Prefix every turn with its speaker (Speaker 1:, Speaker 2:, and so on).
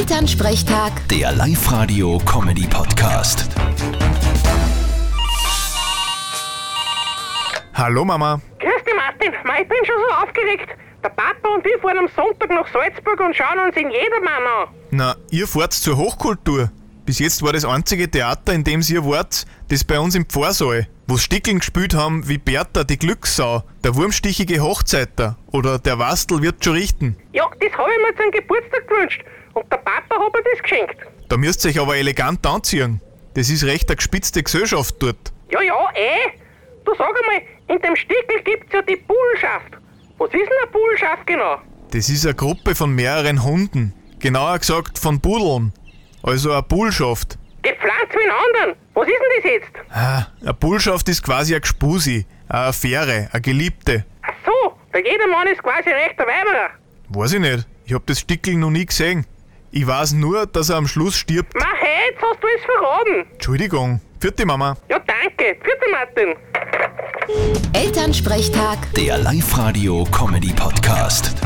Speaker 1: Elternsprechtag,
Speaker 2: Der Live-Radio-Comedy-Podcast.
Speaker 3: Hallo Mama.
Speaker 4: Grüß dich, Martin. Ma, ich bin schon so aufgeregt. Der Papa und ich fahren am Sonntag nach Salzburg und schauen uns in Jedermann an.
Speaker 3: Na, ihr fahrt zur Hochkultur. Bis jetzt war das einzige Theater, in dem ihr wart, das bei uns im Pfarrsaal, wo Stickeln gespielt haben wie Bertha die Glückssau, der wurmstichige Hochzeiter oder der Wastel wird schon richten.
Speaker 4: Ja, das habe ich mir zum Geburtstag gewünscht. Und der Papa hat mir das geschenkt.
Speaker 3: Da müsst ihr euch aber elegant anziehen. Das ist recht eine gespitzte Gesellschaft dort.
Speaker 4: Ja, ja, eh. Du sag einmal, in dem Stickel gibt's ja die Bullschaft. Was ist denn eine Bullschaft genau?
Speaker 3: Das ist eine Gruppe von mehreren Hunden, genauer gesagt von Budeln, also eine Bullschaft.
Speaker 4: Die pflanzt wie einen anderen. Was ist denn das jetzt?
Speaker 3: Ah, eine Bullschaft ist quasi eine Gspusi, eine Affäre, eine Geliebte.
Speaker 4: Ach so, der Jedermann ist quasi rechter Weiberer.
Speaker 3: Weiß ich nicht. Ich hab das Stickel noch nie gesehen. Ich weiß nur, dass er am Schluss stirbt.
Speaker 4: Ma, hey, jetzt hast du es verraten.
Speaker 3: Entschuldigung. Vierte Mama.
Speaker 4: Ja, danke. Vierte Martin.
Speaker 1: Elternsprechtag.
Speaker 2: Der Live-Radio-Comedy-Podcast.